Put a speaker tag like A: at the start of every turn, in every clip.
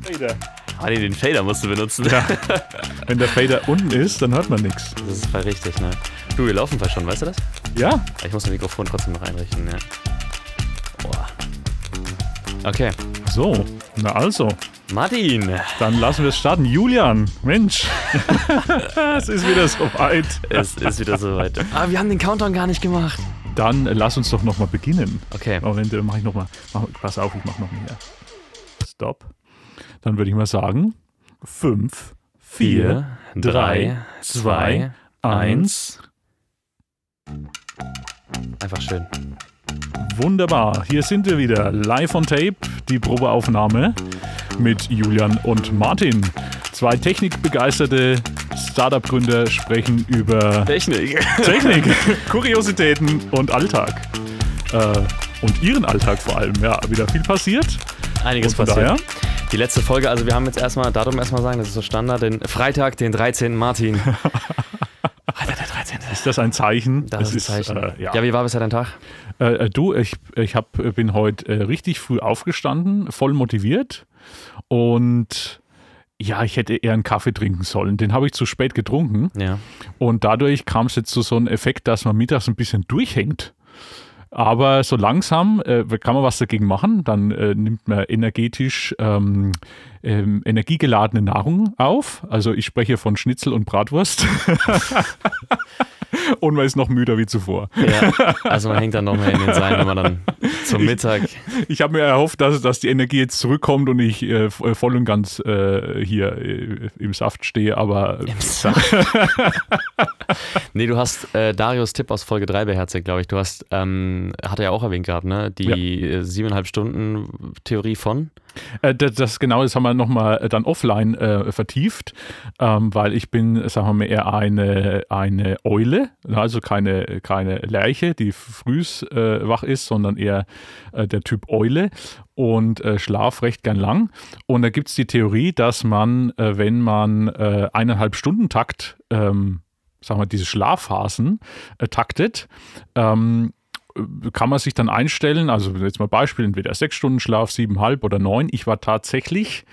A: Fader.
B: Ah, nee, den Fader musst du benutzen.
C: Ja. Wenn der Fader unten ist, dann hört man nichts.
B: Das ist voll richtig, ne? Du, wir laufen fast schon, weißt du das?
C: Ja,
B: Ich muss mein Mikrofon trotzdem noch einrichten, ja. Boah. Okay.
C: so. Na also,
B: Martin,
C: dann lassen wir es starten. Julian, Mensch, es ist wieder soweit.
B: es ist wieder soweit. Ah, wir haben den Countdown gar nicht gemacht.
C: Dann äh, lass uns doch nochmal beginnen.
B: Okay.
C: Moment, dann mache ich nochmal. Mach, pass auf, ich mache noch mehr. Stopp. Dann würde ich mal sagen: 5, 4,
B: Vier,
C: 3, 2, 1.
B: Einfach schön.
C: Wunderbar, hier sind wir wieder, live on tape, die Probeaufnahme mit Julian und Martin. Zwei technikbegeisterte Startup-Gründer sprechen über
B: Technik.
C: Technik, Kuriositäten und Alltag. Äh, und ihren Alltag vor allem, ja, wieder viel passiert.
B: Einiges
C: Und von
B: passiert.
C: daher?
B: Die letzte Folge, also wir haben jetzt erstmal, Datum erstmal sagen, das ist so Standard, den Freitag, den 13. Martin. Freitag, der 13.
C: Ist das ein Zeichen?
B: Das, ist ein Zeichen.
C: Äh, ja.
B: ja, wie war bisher dein Tag?
C: Äh, äh, du, ich, ich hab, äh, bin heute äh, richtig früh aufgestanden, voll motiviert und ja, ich hätte eher einen Kaffee trinken sollen. Den habe ich zu spät getrunken
B: Ja.
C: und dadurch kam es jetzt zu so einem Effekt, dass man mittags ein bisschen durchhängt. Aber so langsam äh, kann man was dagegen machen. Dann äh, nimmt man energetisch ähm, ähm, energiegeladene Nahrung auf. Also ich spreche von Schnitzel und Bratwurst. und man ist noch müder wie zuvor.
B: ja. Also man hängt dann noch mehr in den Seilen, wenn man dann zum Mittag.
C: Ich habe mir erhofft, dass, dass die Energie jetzt zurückkommt und ich äh, vo- voll und ganz äh, hier äh, im Saft stehe, aber
B: nee, du hast äh, Darius Tipp aus Folge 3 beherzigt, glaube ich. Du hast, ähm, hat er ja auch erwähnt gehabt, ne? Die äh, siebeneinhalb Stunden Theorie von.
C: äh, das, das genau das haben wir nochmal dann offline äh, vertieft, ähm, weil ich bin, sagen wir mal, eher eine, eine Eule, also keine, keine Lerche, die frühs äh, wach ist, sondern eher äh, der Typ Eule und äh, schlaf recht gern lang. Und da gibt es die Theorie, dass man, äh, wenn man äh, eineinhalb Stunden Takt ähm, sagen wir, diese Schlafphasen äh, taktet, ähm, äh, kann man sich dann einstellen, also jetzt mal Beispiel, entweder sechs Stunden Schlaf, siebenhalb oder neun. Ich war tatsächlich,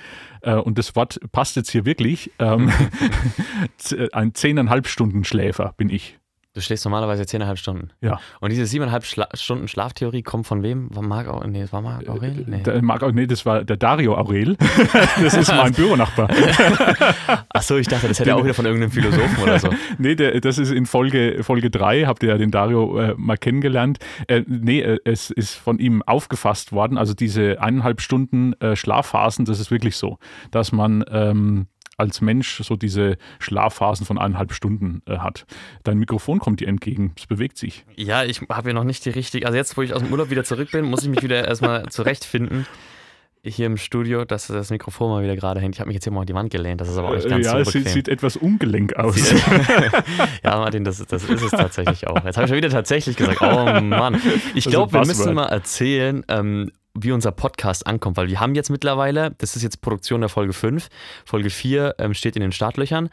C: äh, und das Wort passt jetzt hier wirklich, ähm, z- äh, ein zehneinhalb Stunden Schläfer bin ich.
B: Du schläfst normalerweise zehneinhalb Stunden.
C: Ja.
B: Und diese siebeneinhalb Schla Stunden Schlaftheorie kommt von wem? War Marc Aurel? Nee, war Marc Aurel? Nee.
C: Äh, Der Marc, nee, das war der Dario Aurel. Das ist mein Büronachbar.
B: Achso, ich dachte, das hätte er auch wieder von irgendeinem Philosophen oder so.
C: Nee, der, das ist in Folge, Folge 3, habt ihr ja den Dario äh, mal kennengelernt. Äh, nee, äh, es ist von ihm aufgefasst worden. Also diese eineinhalb Stunden äh, Schlafphasen, das ist wirklich so, dass man ähm, als Mensch so diese Schlafphasen von eineinhalb Stunden äh, hat. Dein Mikrofon kommt dir entgegen, es bewegt sich.
B: Ja, ich habe ja noch nicht die richtige. Also jetzt, wo ich aus dem Urlaub wieder zurück bin, muss ich mich wieder erstmal zurechtfinden. Hier im Studio, dass das Mikrofon mal wieder gerade hängt. Ich habe mich jetzt hier mal an die Wand gelehnt. Das ist aber auch nicht
C: Äh,
B: ganz
C: ja,
B: so
C: es
B: bequem.
C: sieht, sieht etwas ungelenk aus.
B: ja, Martin, das, das ist es tatsächlich auch. Jetzt habe ich schon wieder tatsächlich gesagt. Oh Mann. Ich
C: ist
B: glaube,
C: ein
B: wir müssen
C: Buzzword.
B: mal erzählen, ähm, wie unser Podcast ankommt, weil wir haben jetzt mittlerweile, das ist jetzt Produktion der Folge 5, Folge 4 ähm, steht in den Startlöchern.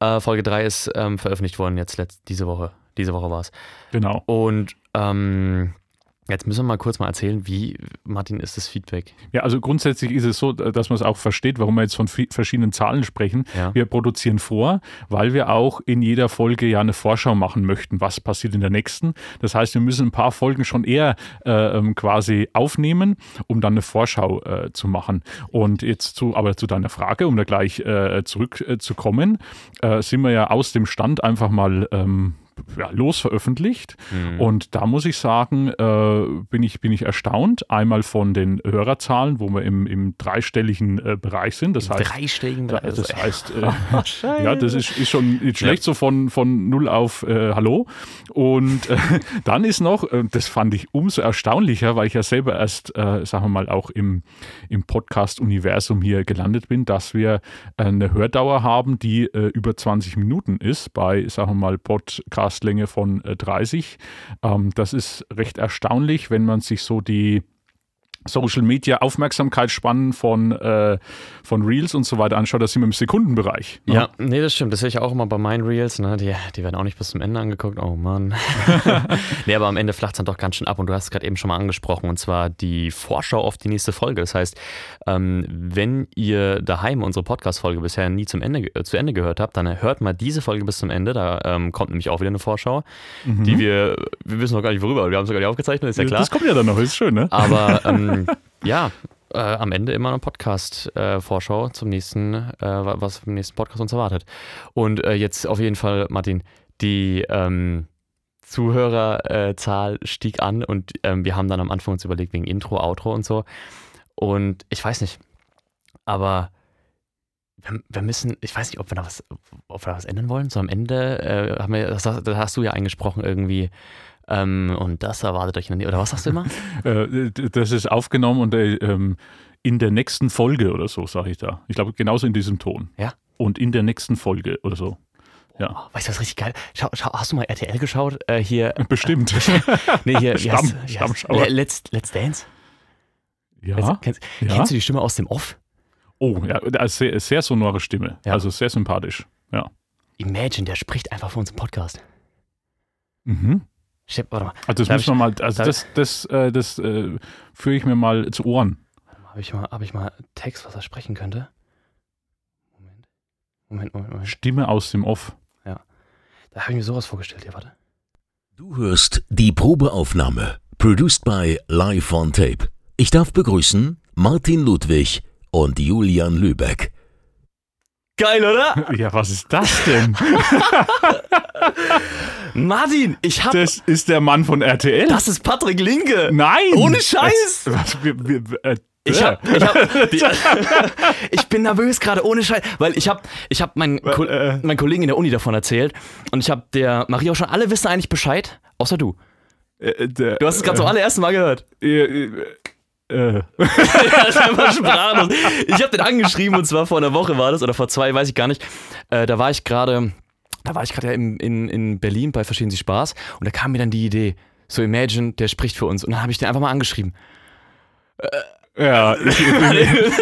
B: Äh, Folge 3 ist ähm, veröffentlicht worden jetzt letzt, diese Woche. Diese Woche war es.
C: genau.
B: Und ähm, jetzt müssen wir mal kurz mal erzählen, wie, Martin, ist das Feedback?
C: Ja, also grundsätzlich ist es so, dass man es auch versteht, warum wir jetzt von vi- verschiedenen Zahlen sprechen.
B: Ja.
C: Wir produzieren vor, weil wir auch in jeder Folge ja eine Vorschau machen möchten, was passiert in der nächsten. Das heißt, wir müssen ein paar Folgen schon eher äh, ähm, quasi aufnehmen, um dann eine Vorschau äh, zu machen. Und jetzt zu, aber zu deiner Frage, um da gleich äh, zurückzukommen, äh, sind wir ja aus dem Stand einfach mal ähm, ja, los veröffentlicht. Und da muss ich sagen, äh, bin, ich, bin ich erstaunt. Einmal von den Hörerzahlen, wo wir im, im dreistelligen äh, Bereich sind. Das heißt,
B: Drei Stegen
C: da- das heißt, äh, ja, das ist, ist schon nicht schlecht, so von, von null auf äh, Hallo. Und äh, dann ist noch, äh, das fand ich umso erstaunlicher, weil ich ja selber erst, äh, sagen wir mal, auch im, im Podcast-Universum hier gelandet bin, dass wir äh, eine Hördauer haben, die äh, über 20 Minuten ist, bei, sagen wir mal, Podcastlänge von äh, 30. Ähm, das ist recht erstaunlich, wenn man sich so die Social Media Aufmerksamkeitsspannen von, äh, von Reels und so weiter anschaut, das sind wir im Sekundenbereich.
B: Ja, nee, das stimmt. Das sehe ich auch immer bei meinen Reels. Ne? Die, die werden auch nicht bis zum Ende angeguckt. Oh Mann. nee, aber am Ende flacht es dann doch ganz schön ab. Und du hast es gerade eben schon mal angesprochen. Und zwar die Vorschau auf die nächste Folge. Das heißt, ähm, wenn ihr daheim unsere Podcast-Folge bisher nie zum Ende, äh, zu Ende gehört habt, dann hört mal diese Folge bis zum Ende. Da ähm, kommt nämlich auch wieder eine Vorschau, die wir, wir wissen noch gar nicht worüber. Wir haben es noch gar nicht aufgezeichnet, ist ja klar.
C: Mhm. Das kommt ja dann noch, ist schön, ne?
B: Aber ähm, ja, äh, am Ende immer eine Podcast-Vorschau zum nächsten, äh, wa- was im nächsten Podcast uns erwartet. Und äh, jetzt auf jeden Fall, Martin, die ähm, Zuhörerzahl stieg an und ähm, wir haben dann am Anfang uns überlegt wegen Intro, Outro und so. Und ich weiß nicht, aber wir, wir müssen, ich weiß nicht, ob wir da was, ob wir da was ändern wollen. So am Ende äh, haben wir, das, das hast du ja eingesprochen irgendwie. Ähm, und das erwartet euch in der Nä- Oder was sagst du immer?
C: Äh, d- das ist aufgenommen und äh, ähm, in der nächsten Folge oder so, sage ich da. Ich glaube, genauso in diesem Ton.
B: Ja.
C: Und in der nächsten Folge oder so. Ja.
B: Oh, Weißt du, was richtig geil? Schau, schau, hast du mal RTL geschaut? Äh, hier,
C: Bestimmt.
B: nee, hier, wie
C: Stamm-
B: heißt- wie heißt-
C: Stammschauer.
B: Le- Let's, Let's Dance?
C: ja.
B: Kennst,
C: Ja.
B: Also, kennst du die Stimme aus dem Off?
C: Oh, ja, da ist sehr, sehr sonore Stimme.
B: Ja.
C: Also sehr sympathisch. Ja.
B: Imagine, der spricht einfach für uns im Podcast.
C: Mhm.
B: Stepp, warte mal,
C: Also das
B: Darf
C: müssen wir mal, also
B: darf-
C: das, das, äh, das äh, führe ich mir mal zu Ohren.
B: habe ich, mal- hab ich mal Text, was er sprechen könnte? Moment, Moment, Moment, Moment.
C: Stimme aus dem Off.
B: Da habe ich mir sowas vorgestellt, hier, warte.
A: Du hörst die Probeaufnahme, produced by Live on Tape. Ich darf begrüßen Martin Ludwig und Julian Lübeck.
B: Geil, oder?
C: Ja, was ist das denn?
B: Martin, ich habe...
C: Das ist der Mann von RTL.
B: Das ist Patrick Linke.
C: Nein!
B: Ohne Scheiß!
C: Das, was, wir, wir, wir- äh,
B: Ich, hab, ich, hab, die, ich bin nervös gerade, ohne Scheiß, weil ich habe ich hab meinen, Ko
C: Äh, äh.
B: meinen Kollegen in der Uni davon erzählt und ich habe der Maria auch schon, alle wissen eigentlich Bescheid, außer du.
C: äh, der-
B: Du hast es gerade zum allerersten Mal gehört.
C: äh, äh, äh,
B: Ja, das ist einfach sprachlos. Ich habe den angeschrieben und zwar vor einer Woche war das oder vor zwei, weiß ich gar nicht. Äh, da war ich gerade, da war ich gerade ja in, in, in Berlin bei Verstehen Sie Spaß und da kam mir dann die Idee, so Imagine, der spricht für uns und dann habe ich den einfach mal angeschrieben.
C: ja, ich bin,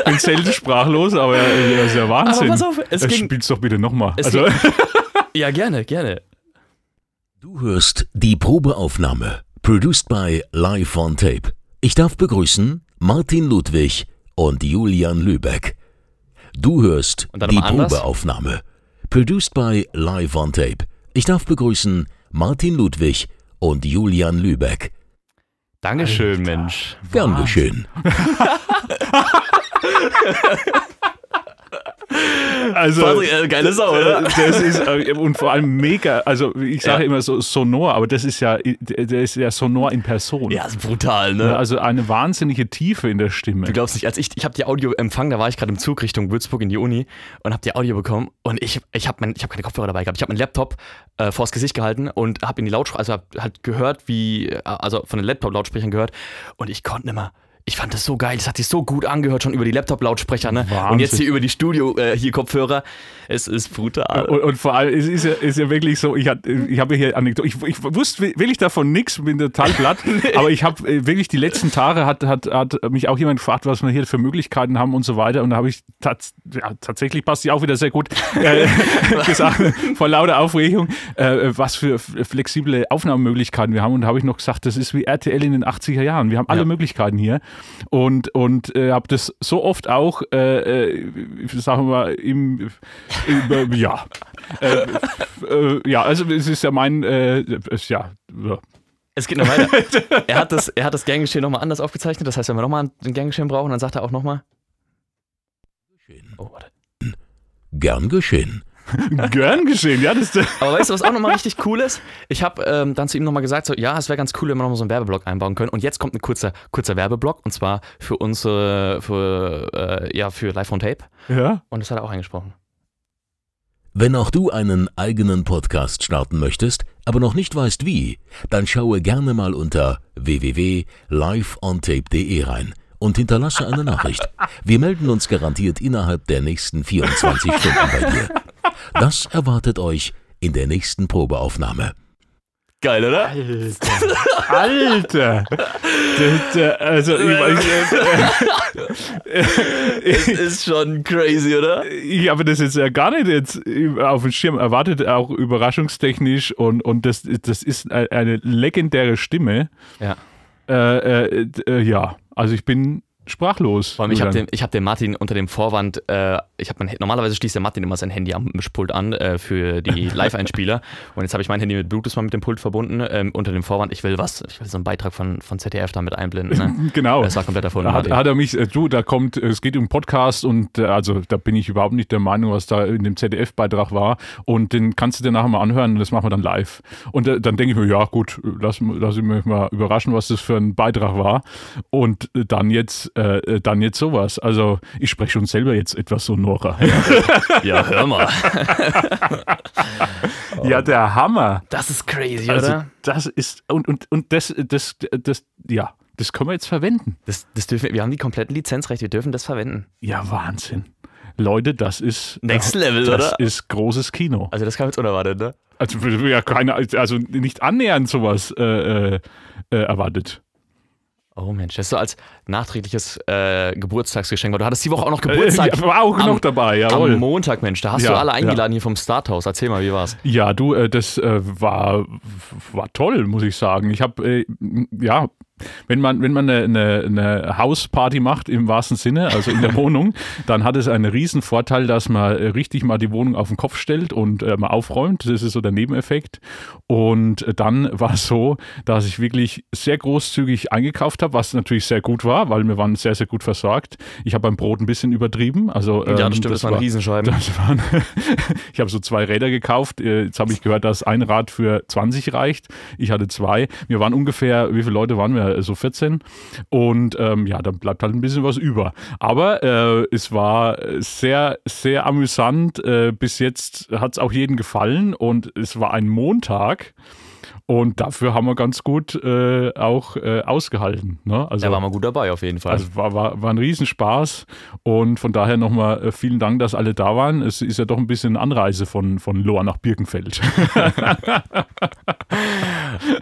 C: bin selten sprachlos, aber äh, das ist ja Wahnsinn.
B: pass auf, es
C: Äh,
B: ging-
C: Spiel's doch bitte nochmal.
B: Es
C: Also,
B: Ja, gerne, gerne.
A: Du hörst die Probeaufnahme, produced by Live on Tape. Ich darf begrüßen Martin Ludwig und Julian Lübeck. Du hörst
B: Und dann
A: die
B: nochmal anders?
A: Probeaufnahme, produced by Live on Tape. Ich darf begrüßen Martin Ludwig und Julian Lübeck.
B: Dankeschön, Mensch.
A: Gern geschehen.
C: also
B: Patrick, äh, geile Sau, oder?
C: Äh, Das ist, äh, und vor allem mega, also ich sage immer so sonor, aber das ist ja, der ist ja sonor in Person.
B: Ja, ist brutal, ne?
C: Also eine wahnsinnige Tiefe in der Stimme.
B: Du glaubst nicht, als ich, ich habe die Audio empfangen, da war ich gerade im Zug Richtung Würzburg in die Uni und habe die Audio bekommen und ich, ich habe mein, ich hab keine Kopfhörer dabei gehabt. Ich habe meinen Laptop äh, vors Gesicht gehalten und habe in die Lautsprecher, also hab, halt gehört, wie, äh, also von den Laptop-Lautsprechern gehört und ich konnte nimmer. Ich fand das so geil, das hat sich so gut angehört, schon über die Laptop-Lautsprecher, ne?
C: Wahnsinn.
B: Und jetzt hier über die Studio, äh, hier Kopfhörer. Es ist brutal.
C: Äh, Und, und vor allem, es ist ja, ist ja wirklich so, ich, hat- ich habe hier Anekdoten, ich, ich wusste wi- wirklich davon nichts, bin total platt, aber ich habe äh, wirklich die letzten Tage hat, hat, hat mich auch jemand gefragt, was wir hier für Möglichkeiten haben und so weiter und da habe ich tats ja, tatsächlich, passt die auch wieder sehr gut, äh, gesagt, vor lauter Aufregung, äh, was für f- flexible Aufnahmemöglichkeiten wir haben und da habe ich noch gesagt, das ist wie RTL in den 80er Jahren, wir haben alle
B: Ja.
C: Möglichkeiten hier und, und äh, habe das so oft auch, äh, äh, sagen wir mal, im, im äh, ja, äh, äh, ja, also es ist ja mein, äh, es- ja, ja.
B: Es geht noch weiter. er, hat das, er hat das Ganggeschehen nochmal anders aufgezeichnet, das heißt, wenn wir nochmal ein Ganggeschehen brauchen, dann sagt er auch nochmal. Oh, warte.
A: Gern geschehen.
C: gern geschehen, ja, das ist
B: Aber weißt du, was auch nochmal richtig cool ist? Ich habe ähm, dann zu ihm nochmal gesagt, so, ja, es wäre ganz cool, wenn wir nochmal so einen Werbeblock einbauen können. Und jetzt kommt ein kurzer, kurzer Werbeblock und zwar für unsere, für, äh, ja, für Live on Tape.
C: ja.
B: Und das hat er auch eingesprochen.
A: Wenn auch du einen eigenen Podcast starten möchtest, aber noch nicht weißt wie, dann schaue gerne mal unter www.liveontape.de rein und hinterlasse eine Nachricht. Wir melden uns garantiert innerhalb der nächsten 24 Stunden bei dir. Das erwartet euch in der nächsten Probeaufnahme.
B: Geil, oder?
C: Alter. Alter. Das, äh, also, ich,
B: Das ist schon crazy, oder?
C: Ich habe das jetzt ja gar nicht jetzt auf dem Schirm erwartet, auch überraschungstechnisch. Und, und das, das ist e- eine legendäre Stimme.
B: Ja.
C: Äh, äh, d- äh, ja, also ich bin sprachlos.
B: Vor allem, ich habe
C: Julian.
B: den, ich hab den Martin unter dem Vorwand, äh, ich hab mein, normalerweise schließt der Martin immer sein Handy am Mischpult an äh, für die Live-Einspieler. Und jetzt habe ich mein Handy mit Bluetooth mal mit dem Pult verbunden, ähm, unter dem Vorwand, ich will was, ich will so einen Beitrag von, von ZDF damit einblenden. Ne?
C: Genau.
B: Das war komplett davon.
C: Da hat,
B: Martin.
C: hat er mich, äh, du, da kommt, äh, es geht um Podcast und äh, also da bin ich überhaupt nicht der Meinung, was da in dem ZDF-Beitrag war. Und den kannst du dir nachher mal anhören und das machen wir dann live. Und äh, dann denke ich mir, ja gut, lass, lass ich mich mal überraschen, was das für ein Beitrag war. Und äh, dann jetzt, äh, äh, dann jetzt sowas. Also ich spreche schon selber jetzt etwas so Nora.
B: Ja, hör mal.
C: ja, der Hammer.
B: Das ist crazy,
C: Also
B: oder?
C: das ist, und, und, und das, das, das, ja, das können wir jetzt verwenden.
B: Das, das dürfen, wir- wir haben die kompletten Lizenzrechte, wir dürfen das verwenden.
C: Ja, Wahnsinn. Leute, das ist. äh,
B: Next Level,
C: das
B: oder?
C: ist großes Kino.
B: Also das kam jetzt unerwartet, ne?
C: Also, ja, keine, also nicht annähernd sowas äh, äh, äh, erwartet.
B: Oh Mensch, das ist so als nachträgliches äh, Geburtstagsgeschenk, weil du hattest die Woche auch noch Geburtstag.
C: Äh, ja, war auch
B: am,
C: noch dabei, jawohl.
B: Am Montag, Mensch, da hast
C: Ja,
B: du alle
C: ja.
B: eingeladen hier vom Starthaus. Erzähl mal, wie war's?
C: Ja, du, äh, das äh, war, war toll, muss ich sagen. Ich habe, äh, ja, wenn man, wenn man eine, eine, eine Hausparty macht im wahrsten Sinne, also in der Wohnung, dann hat es einen riesen Vorteil, dass man äh, richtig mal die Wohnung auf den Kopf stellt und äh, mal aufräumt. Das ist so der Nebeneffekt. Und äh, dann war es so, dass ich wirklich sehr großzügig eingekauft habe, was natürlich sehr gut war, weil wir waren sehr, sehr gut versorgt. Ich habe beim Brot ein bisschen übertrieben. Also, ähm, war-
B: Riesenscheiben.
C: das waren, ich habe so zwei Räder gekauft. Äh, Jetzt habe ich gehört, dass ein Rad für 20 reicht. Ich hatte zwei. Wir waren ungefähr, wie viele Leute waren wir? Äh, So 14. Und ähm, ja, dann bleibt halt ein bisschen was über. Aber äh, es war sehr, sehr amüsant. Äh, bis jetzt hat es auch jeden gefallen. Und es war ein Montag. Und dafür haben wir ganz gut äh, auch äh, ausgehalten. Ne? Also,
B: Da waren wir gut dabei auf jeden Fall.
C: also war, war, war ein Riesenspaß und von daher nochmal äh, vielen Dank, dass alle da waren. Es ist ja doch ein bisschen Anreise von, von Lohr nach Birkenfeld.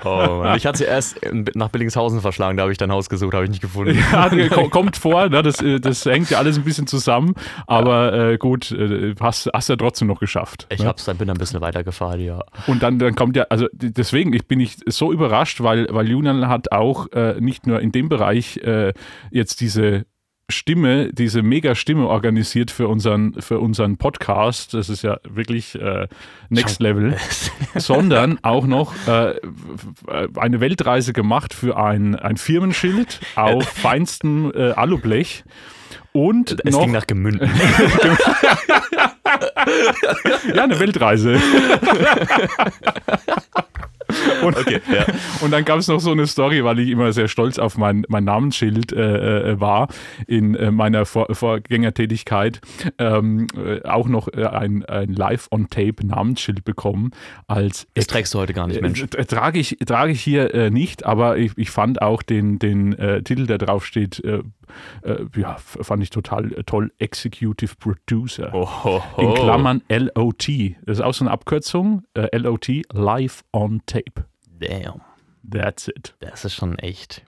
B: oh, Mann. ich hatte sie erst in- nach Billingshausen verschlagen, da habe ich dein Haus gesucht, habe ich nicht gefunden.
C: Ja, ko- kommt vor, ne? das, äh, das hängt ja alles ein bisschen zusammen, aber äh, gut, äh, hast, hast ja trotzdem noch geschafft.
B: Ich
C: ne?
B: hab's dann, bin dann ein bisschen weitergefahren, ja.
C: Und dann, dann kommt ja, also d- deswegen, ich bin nicht so überrascht, weil, weil Julian hat auch äh, nicht nur in dem Bereich äh, jetzt diese Stimme, diese Mega-Stimme organisiert für unseren, für unseren Podcast. Das ist ja wirklich äh, Next Level. sondern auch noch äh, w- w- eine Weltreise gemacht für ein, ein Firmenschild auf feinstem äh, Alublech. Und
B: Es
C: noch
B: ging nach Gemünden.
C: ja, eine Weltreise. Und, und dann gab es noch so eine Story, weil ich immer sehr stolz auf mein, mein Namensschild äh, äh, war in äh, meiner Vor Vorgängertätigkeit. Ähm, äh, auch noch äh, ein, ein Live-on-Tape-Namensschild bekommen als
B: Das trägst du heute gar nicht, Mensch.
C: äh, äh, Trage ich, trage ich hier äh, nicht, aber ich, ich fand auch den, den äh, Titel, der drauf steht, äh, äh, ja, f- fand ich total äh, toll. Executive Producer.
B: Oh,
C: In Klammern LOT. Das ist auch so eine Abkürzung. Äh, LOT, Live on Tape.
B: Damn.
C: That's it.
B: Das ist schon echt.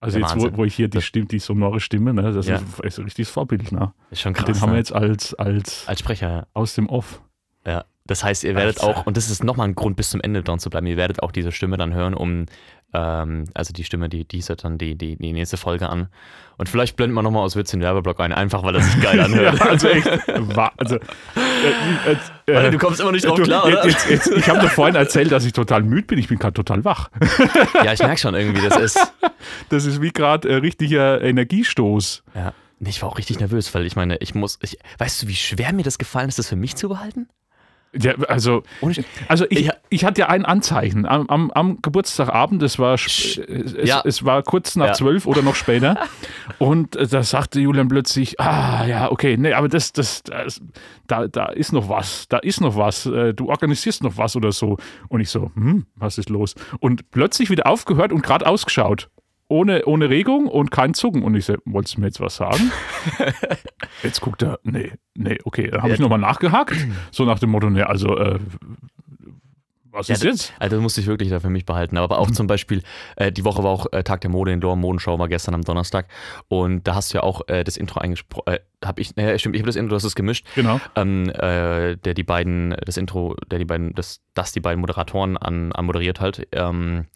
C: Also
B: Der
C: jetzt, wo,
B: Wahnsinn.
C: wo ich hier die,
B: Das-
C: Stimme, die sonore Stimme, ne, das
B: Ja.
C: ist, ist ein richtiges Vorbild. Ne?
B: Ist schon krass.
C: Den haben
B: ne?
C: wir jetzt als, als
B: Als Sprecher, ja.
C: aus dem Off.
B: Ja, das heißt, ihr werdet
C: Alter.
B: auch, und das ist nochmal ein Grund, bis zum Ende dran zu bleiben, ihr werdet auch diese Stimme dann hören, um, ähm, also die Stimme, die, die hört dann die, die, die nächste Folge an. Und vielleicht blenden wir nochmal aus Witz den Werbeblock ein, einfach weil das sich geil
C: Ja,
B: anhört.
C: also echt. wa- Also, äh, äh, äh,
B: Alter, du kommst immer nicht drauf
C: du,
B: klar, oder?
C: jetzt, jetzt, jetzt, ich habe dir vorhin erzählt, dass ich total müde bin. Ich bin gerade total wach.
B: ja, ich merke schon irgendwie, das ist.
C: Das ist wie gerade äh, richtiger Energiestoß.
B: Ja. Nee, ich war auch richtig nervös, weil ich meine, ich muss, ich, weißt du, wie schwer mir das gefallen ist, das für mich zu behalten?
C: Ja, also,
B: Ohne Sch-
C: also ich,
B: Ich-
C: ich hatte ja ein Anzeichen am, am, am Geburtstagabend, es war,
B: Sch-
C: sp- äh, es,
B: ja.
C: es war kurz nach
B: Ja.
C: zwölf oder noch später und äh, da sagte Julian plötzlich, ah ja, okay, nee, aber das, das, das da, da ist noch was, da ist noch was, äh, du organisierst noch was oder so. Und ich so, hm, was ist los? Und plötzlich wieder aufgehört und gerade ausgeschaut. Ohne, ohne Regung und kein Zucken. Und ich so, wolltest du mir jetzt was sagen? jetzt guckt er, nee, nee, okay. Dann habe ich nochmal nachgehakt, so nach dem Motto, nee, also äh, "Ne, Was
B: Ja,
C: ist jetzt?
B: Also das musste ich wirklich da für mich behalten. Aber
C: Mhm.
B: auch zum Beispiel, äh, die Woche war auch äh, Tag der Mode in Dortmund, Modenschau war gestern am Donnerstag. Und da hast du ja auch äh, das Intro eingesprochen. Äh, hab ich, naja, stimmt, ich habe das Intro, du hast es gemischt.
C: Genau.
B: Ähm, äh, der die beiden, das Intro, der die beiden, das, das die beiden Moderatoren an, an moderiert halt. Ähm,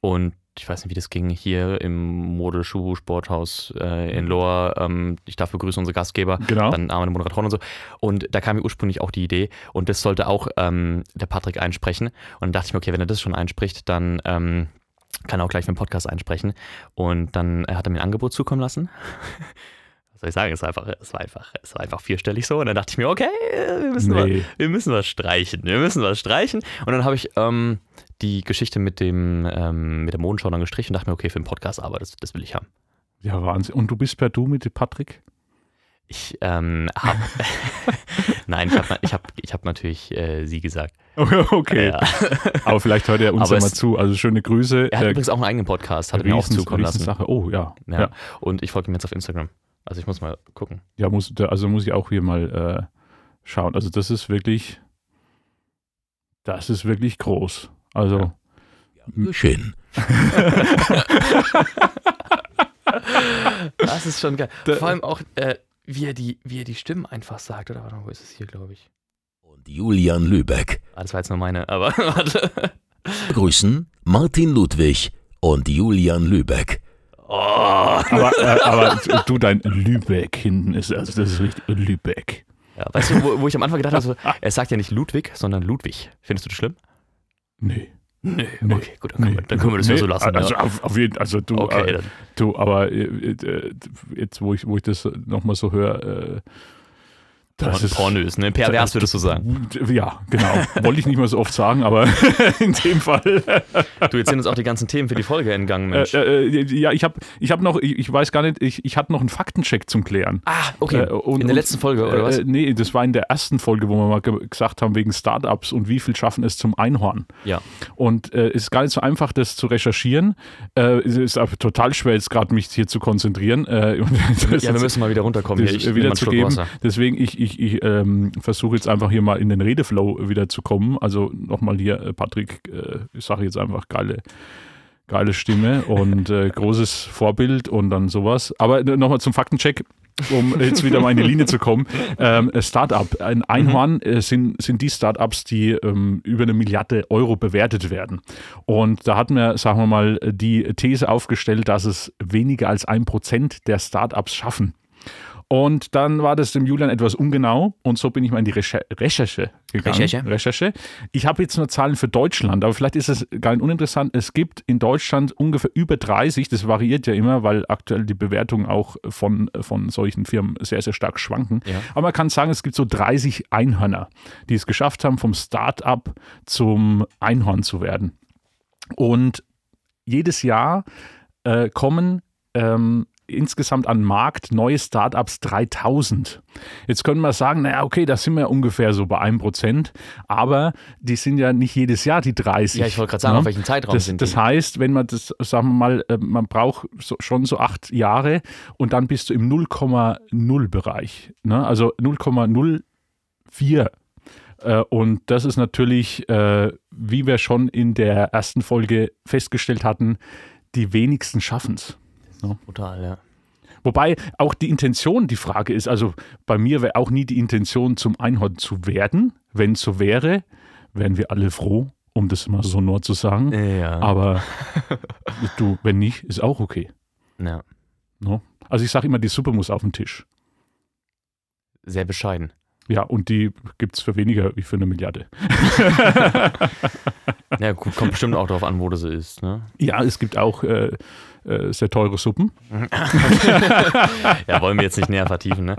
B: und ich weiß nicht, wie das ging hier im Modeschuh-Sporthaus äh, in Lohr. Ähm, ich darf begrüßen unsere Gastgeber
C: Genau.
B: dann arme Moderatoren und so. Und da kam mir ursprünglich auch die Idee und das sollte auch ähm, der Patrick einsprechen. Und dann dachte ich mir, okay, wenn er das schon einspricht, dann ähm, kann er auch gleich für den Podcast einsprechen. Und dann äh, hat er mir ein Angebot zukommen lassen. Was soll ich sagen? Es war einfach, es war einfach, es war einfach vierstellig so. Und dann dachte ich mir, okay, äh, wir müssen,
C: Nee.
B: was, wir müssen was streichen. Wir müssen was streichen. Und dann habe ich ähm, die Geschichte mit dem ähm, mit der Modenschau dann gestrichen und dachte mir, okay, für den Podcast, aber das, das will ich haben.
C: Ja, Wahnsinn. Und du bist per Du mit Patrick?
B: Ich ähm, hab, nein, ich habe ich hab, ich hab natürlich äh, sie gesagt.
C: Okay.
B: Ja.
C: Aber vielleicht hört er uns
B: Aber
C: ja mal
B: es-
C: zu. Also schöne Grüße.
B: Er hat
C: Äh,
B: übrigens auch einen eigenen Podcast, hat er mir auch
C: Riesens-
B: zukommen lassen.
C: Riesensache. Oh, ja.
B: Ja.
C: Ja,
B: Und ich folge ihm jetzt auf Instagram. Also ich muss mal gucken.
C: ja muss, da- also muss ich auch hier mal äh, schauen. Also das ist wirklich, das ist wirklich groß. Also
B: Ja.
A: Geschehen.
B: Das ist schon geil.
C: Da-
B: Vor allem auch, äh, wie, er die, wie er die Stimmen einfach sagt. Oder warte mal, wo ist es hier, glaube ich?
A: Und Julian Lübeck.
B: Ah, das war jetzt nur meine, aber warte.
A: Begrüßen Martin Ludwig und Julian Lübeck.
B: Oh.
C: aber, äh, aber du, dein Lübeck hinten ist, also das ist richtig Lübeck.
B: Ja, weißt du, wo, wo ich am Anfang gedacht habe, so, er sagt ja nicht Ludwig, sondern Ludwig. Findest du das schlimm?
C: Nee.
B: Nö.
C: Nee.
B: Okay, gut, dann können, wir, dann können wir das ja so lassen.
C: Also
B: ja.
C: auf, auf jeden also du,
B: Okay,
C: äh,
B: dann.
C: du aber äh, äh, jetzt, wo ich, wo ich das nochmal so höre, äh, das
B: Porn-
C: ist
B: Pornös, ne? Pervers würdest du sagen.
C: Ja, genau. Wollte ich nicht mal so oft sagen, aber in dem Fall.
B: Du, jetzt sind uns auch die ganzen Themen für die Folge entgangen, Mensch.
C: Äh, äh, ja, ich habe ich hab noch, ich, ich weiß gar nicht, ich, ich hatte noch einen Faktencheck zum Klären.
B: ah, okay.
C: äh, und-
B: in der
C: und-
B: letzten Folge, oder was?
C: Äh, nee, das war in der ersten Folge, wo wir mal ge gesagt haben, wegen Startups und wie viel schaffen es zum Einhorn.
B: ja.
C: Und es äh, ist gar nicht so einfach, das zu recherchieren. Äh, es ist aber total schwer, jetzt gerade mich hier zu konzentrieren. Äh, und das
B: Ja, wir
C: ist-
B: müssen mal wieder runterkommen.
C: das äh,
B: hier. Ich nehme mal
C: wieder
B: einen
C: zu
B: Schluck
C: geben.
B: Wasser.
C: Deswegen, ich, ich, ich ähm, versuche jetzt einfach hier mal in den Redeflow wieder zu kommen. Also nochmal hier, äh, Patrick, äh, ich sage jetzt einfach geile, geile Stimme und äh, großes Vorbild und dann sowas. Aber äh, nochmal zum Faktencheck. Um jetzt wieder mal in die Linie zu kommen. Ähm, äh, Startup. Ein Einhorn äh, sind, sind die Startups, die ähm, über eine Milliarde Euro bewertet werden. Und da hatten wir, sagen wir mal, die These aufgestellt, dass es weniger als ein Prozent der Startups schaffen. Und dann war das dem Julian etwas ungenau und so bin ich mal in die Recher Recherche gegangen.
B: Recherche.
C: Recherche. Ich habe jetzt nur Zahlen für Deutschland, aber vielleicht ist es gar nicht uninteressant. Es gibt in Deutschland ungefähr über 30, das variiert ja immer, weil aktuell die Bewertungen auch von, von solchen Firmen sehr, sehr stark schwanken.
B: Ja.
C: Aber man kann sagen, es gibt so 30 Einhörner, die es geschafft haben, vom Start-up zum Einhorn zu werden. Und jedes Jahr äh, kommen ähm, insgesamt an den Markt neue Startups 3000. Jetzt können wir sagen, naja, okay, da sind wir ungefähr so bei 1%, aber die sind ja nicht jedes Jahr die 30.
B: Ja, ich wollte gerade sagen,
C: ne?
B: auf welchem Zeitraum
C: das,
B: sind
C: das
B: die?
C: heißt, wenn man das, sagen wir mal, äh, man braucht so, schon so acht Jahre und dann bist du im 0,0-Bereich. Ne? Also 0,04. Äh, Und das ist natürlich, äh, wie wir schon in der ersten Folge festgestellt hatten, die wenigsten schaffen es.
B: Brutal, ja.
C: Wobei auch die Intention die Frage ist. Also bei mir wäre auch nie die Intention, zum Einhorn zu werden. Wenn es so wäre, wären wir alle froh, um das mal so nur zu sagen.
B: Ja.
C: Aber du, wenn nicht, ist auch okay.
B: ja.
C: Ne? Also ich sage immer, die Suppe muss auf den Tisch.
B: Sehr bescheiden.
C: Ja, und die gibt es für weniger wie für eine Milliarde.
B: Ja, gut, kommt bestimmt auch darauf an, wo das ist, ne?
C: Ja, es gibt auch äh, äh, sehr teure Suppen.
B: Ja, wollen wir jetzt nicht näher vertiefen, ne?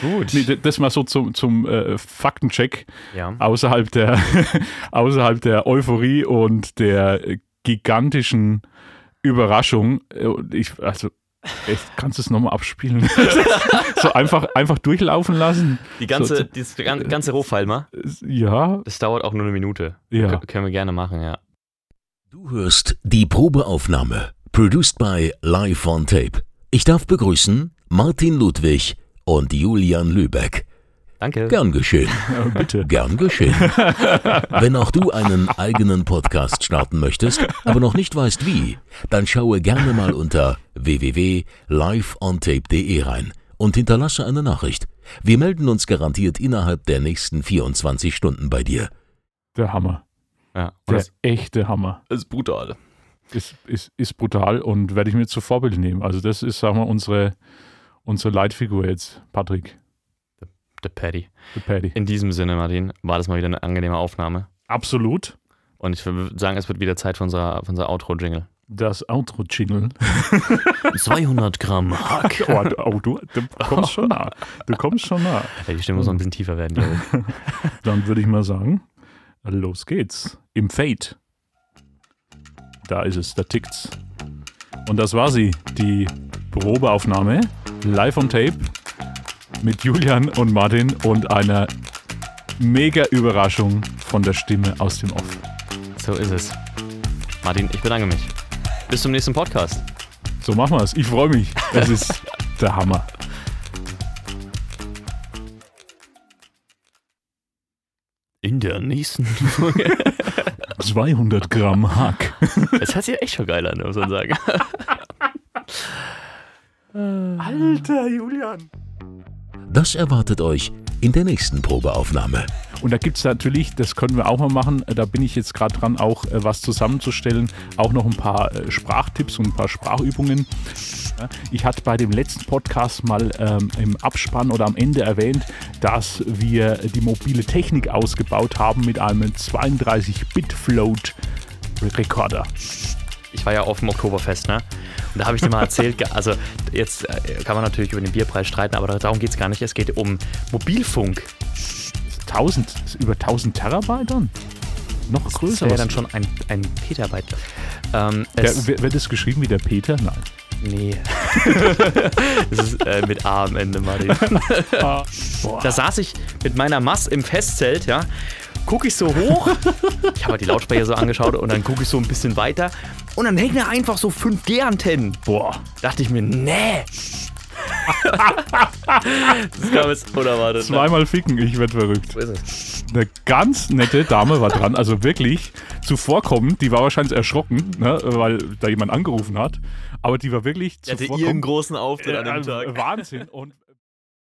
B: Gut.
C: Nee, d- das mal so zum, zum äh, Faktencheck.
B: Ja.
C: außerhalb der, außerhalb der Euphorie und der äh, gigantischen Überraschung. äh, Ich, also, echt, kannst du es nochmal abspielen? so einfach, einfach durchlaufen lassen?
B: Die ganze,
C: So,
B: dieses gan- ganze Rohfall mal,
C: Ja,
B: das dauert auch nur eine Minute.
C: ja.
B: Kö- Können wir gerne machen, ja.
A: Du hörst die Probeaufnahme, produced by Live on Tape. Ich darf begrüßen Martin Ludwig und Julian Lübeck.
B: Danke.
A: Gern geschehen.
C: bitte.
A: Gern geschehen. Wenn auch du einen eigenen Podcast starten möchtest, aber noch nicht weißt wie, dann schaue gerne mal unter www.liveontape.de rein und hinterlasse eine Nachricht. Wir melden uns garantiert innerhalb der nächsten 24 Stunden bei dir.
C: Der Hammer.
B: Ja. Und
C: Der
B: das
C: echte Hammer.
B: ist brutal.
C: Ist, ist, ist brutal und werde ich mir zu Vorbild nehmen. Also, das ist, sagen wir, unsere, unsere Leitfigur jetzt, Patrick,
B: Der Paddy.
C: der Paddy.
B: In diesem Sinne, Martin, war das mal wieder eine angenehme Aufnahme.
C: Absolut.
B: Und ich würde sagen, es wird wieder Zeit für unser, für unser Outro-Jingle.
C: Das Outro-Jingle.
B: 200 Gramm Hack.
C: Oh, du, oh, du, du kommst schon nah. Du kommst schon nah.
B: Ey, Die Stimme muss noch ein bisschen tiefer werden, glaube ich.
C: Dann würde ich mal sagen, los geht's. Im Fate. Da ist es, da tickt's. Und das war sie, die Probeaufnahme live on Tape mit Julian und Martin und einer mega Überraschung von der Stimme aus dem Off.
B: So ist es. Martin, ich bedanke mich. Bis zum nächsten Podcast.
C: So machen wir's. Ich freue mich. Das ist der Hammer.
B: In der nächsten Folge.
C: 200 Gramm Hack.
B: Das hört sich echt schon geil an, muss man sagen.
C: Alter Julian.
A: Das erwartet euch in der nächsten Probeaufnahme.
C: Und da gibt es natürlich, das können wir auch mal machen, da bin ich jetzt gerade dran, auch äh, was zusammenzustellen, auch noch ein paar äh, Sprachtipps und ein paar Sprachübungen. Ja, Ich hatte bei dem letzten Podcast mal ähm, im Abspann oder am Ende erwähnt, dass wir die mobile Technik ausgebaut haben mit einem 32-Bit-Float-Rekorder.
B: Ich war ja auf dem Oktoberfest, ne? Und da habe ich dir mal erzählt, ge- also jetzt äh, kann man natürlich über den Bierpreis streiten, aber darum geht es gar nicht. Es geht um Mobilfunk.
C: 1000, ist über 1000 Terabyte dann? Noch
B: Das
C: größer.
B: wäre
C: was-
B: dann schon ein, ein Petabyte. Ähm,
C: Ja,
B: es,
C: wird wird das geschrieben wie der Peter? Nein.
B: nee. das ist äh, mit A am Ende, Martin.
C: Ah, Boah.
B: Da saß ich mit meiner Masse im Festzelt, ja. Gucke ich so hoch. Ich habe halt die Lautsprecher so angeschaut und dann gucke ich so ein bisschen weiter. Und dann hängen da einfach so 5G-Antennen.
C: Boah.
B: Dachte ich mir, nee. das kam jetzt unerwartet. ne?
C: Zweimal ficken, ich werd verrückt.
B: So ist es.
C: Eine ganz nette Dame war dran, also wirklich zuvorkommend. Die war wahrscheinlich erschrocken, ne, weil da jemand angerufen hat. Aber die war wirklich
B: Ich hatte
C: zuvorkommend.
B: ihren großen Auftritt an dem
C: Äh,
B: Tag.
C: Wahnsinn. Und